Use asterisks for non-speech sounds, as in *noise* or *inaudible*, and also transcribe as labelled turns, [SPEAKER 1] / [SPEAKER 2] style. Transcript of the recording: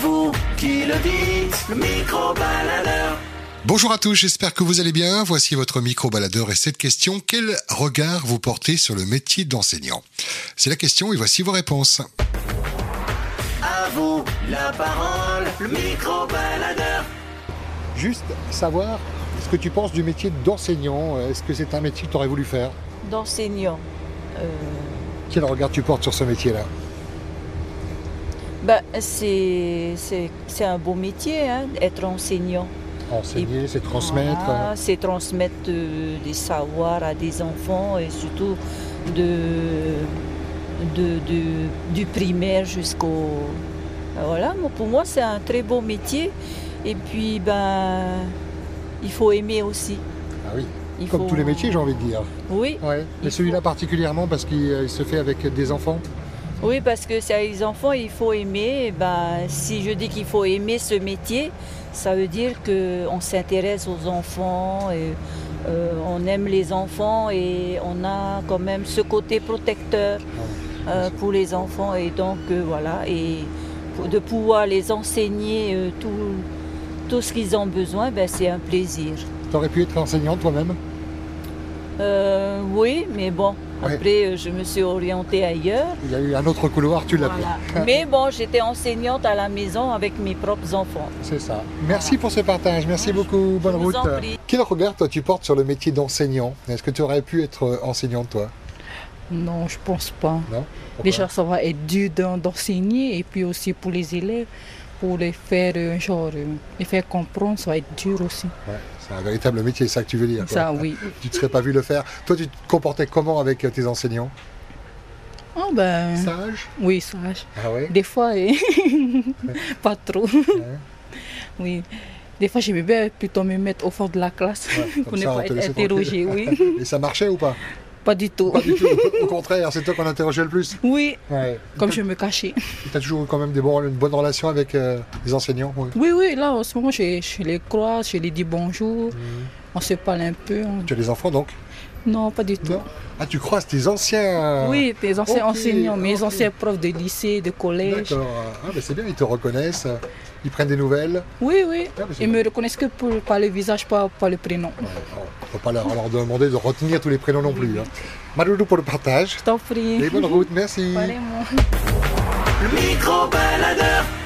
[SPEAKER 1] vous qui le dites, le micro-baladeur.
[SPEAKER 2] Bonjour à tous, j'espère que vous allez bien. Voici votre micro-baladeur et cette question, quel regard vous portez sur le métier d'enseignant C'est la question et voici vos réponses.
[SPEAKER 1] À vous la parole, le micro-baladeur.
[SPEAKER 2] Juste savoir ce que tu penses du métier d'enseignant. Est-ce que c'est un métier que tu aurais voulu faire
[SPEAKER 3] d'enseignant. Euh,
[SPEAKER 2] Quel regard tu portes sur ce métier-là
[SPEAKER 3] bah, c'est c'est- c'est un beau métier, hein, être enseignant.
[SPEAKER 2] Enseigner, c'est transmettre. hein.
[SPEAKER 3] Voilà, c'est transmettre euh, des savoirs à des enfants et surtout de, de- de- du primaire jusqu'au... Voilà, moi, pour moi c'est un très beau métier. Et puis, ben, il faut aimer aussi.
[SPEAKER 2] Ah oui,
[SPEAKER 3] Il
[SPEAKER 2] comme
[SPEAKER 3] faut-
[SPEAKER 2] tous les métiers, j'ai envie de dire.
[SPEAKER 3] Oui,
[SPEAKER 2] Ouais. Mais
[SPEAKER 3] Il
[SPEAKER 2] celui-là particulièrement parce qu'il euh, il se fait avec des enfants.
[SPEAKER 3] Oui, parce que c'est les enfants, il faut aimer. Et ben, si je dis qu'il faut aimer ce métier, ça veut dire qu'on s'intéresse aux enfants, et, euh, on aime les enfants et on a quand même ce côté protecteur euh, pour les enfants. Et donc, euh, voilà, et pour- de pouvoir les enseigner euh, tout, tout ce qu'ils ont besoin, ben, c'est un plaisir.
[SPEAKER 2] T'aurais pu être enseignant toi-même
[SPEAKER 3] Euh, oui, mais bon,
[SPEAKER 2] Ouais.
[SPEAKER 3] après, euh, je me suis orientée ailleurs.
[SPEAKER 2] Il y a eu un autre couloir, tu l'as
[SPEAKER 3] Voilà.
[SPEAKER 2] pris.
[SPEAKER 3] Mais bon, j'étais enseignante à la maison avec mes propres enfants.
[SPEAKER 2] C'est ça. Merci pour ce partage, merci beaucoup, bonne
[SPEAKER 3] vous
[SPEAKER 2] route.
[SPEAKER 3] en prie.
[SPEAKER 2] Quel regard toi tu portes sur le métier d'enseignant Est-ce que tu aurais pu être euh, enseignant toi
[SPEAKER 4] Non, je pense pas.
[SPEAKER 2] Pourquoi
[SPEAKER 4] Déjà, ça va être dur d'en- d'enseigner et puis aussi pour les élèves, pour les faire, euh, genre, euh, les faire comprendre, ça va être dur aussi.
[SPEAKER 2] Ouais, C'est un véritable métier, c'est ça que tu veux dire. quoi.
[SPEAKER 4] Ça, oui.
[SPEAKER 2] Tu ne serais pas vu le faire. Toi, tu te comportais comment avec euh, tes enseignants
[SPEAKER 4] Ah ben,
[SPEAKER 2] Sage
[SPEAKER 4] oui, sage.
[SPEAKER 2] Ah ouais
[SPEAKER 4] Des fois, eh, *laughs* pas trop. Oui. Des fois, j'aimais bien plutôt me mettre au fond de la classe
[SPEAKER 2] Ouais,
[SPEAKER 4] pour
[SPEAKER 2] comme
[SPEAKER 4] ne
[SPEAKER 2] ça, on
[SPEAKER 4] pas
[SPEAKER 2] te
[SPEAKER 4] être
[SPEAKER 2] laissait
[SPEAKER 4] interrogée,
[SPEAKER 2] *laughs*
[SPEAKER 4] oui.
[SPEAKER 2] Et ça marchait ou pas
[SPEAKER 4] Pas du tout.
[SPEAKER 2] Pas du
[SPEAKER 4] *laughs*
[SPEAKER 2] tout. Au contraire, c'est toi qu'on interrogeait le plus.
[SPEAKER 4] Oui,
[SPEAKER 2] Ouais.
[SPEAKER 4] comme je me cachais.
[SPEAKER 2] Tu as toujours eu quand même des bons- une bonne relation avec euh, les enseignants. ouais.
[SPEAKER 4] Oui, oui, là, en ce moment, je, je les croise, je les dis bonjour, on se parle un peu. hein.
[SPEAKER 2] Mm. Tu as des enfants donc
[SPEAKER 4] Non, pas du tout.
[SPEAKER 2] Non. Ah, tu croises tes anciens.
[SPEAKER 4] Oui, tes anciens
[SPEAKER 2] Ok,
[SPEAKER 4] enseignants,
[SPEAKER 2] ok.
[SPEAKER 4] mes anciens profs de lycée, de collège.
[SPEAKER 2] D'accord. Ah, mais c'est bien, ils te reconnaissent, ils prennent des nouvelles.
[SPEAKER 4] Oui, oui.
[SPEAKER 2] Ah, mais c'est
[SPEAKER 4] Ils me reconnaissent que pour, par le visage, pas par le prénom.
[SPEAKER 2] Alors, faut pas leur, leur demander de retenir tous les prénoms non plus. hein. Maloulou pour le partage.
[SPEAKER 4] Je t'en prie.
[SPEAKER 2] Et bonne route, merci.
[SPEAKER 4] Vraiment.
[SPEAKER 1] Le micro-baladeur.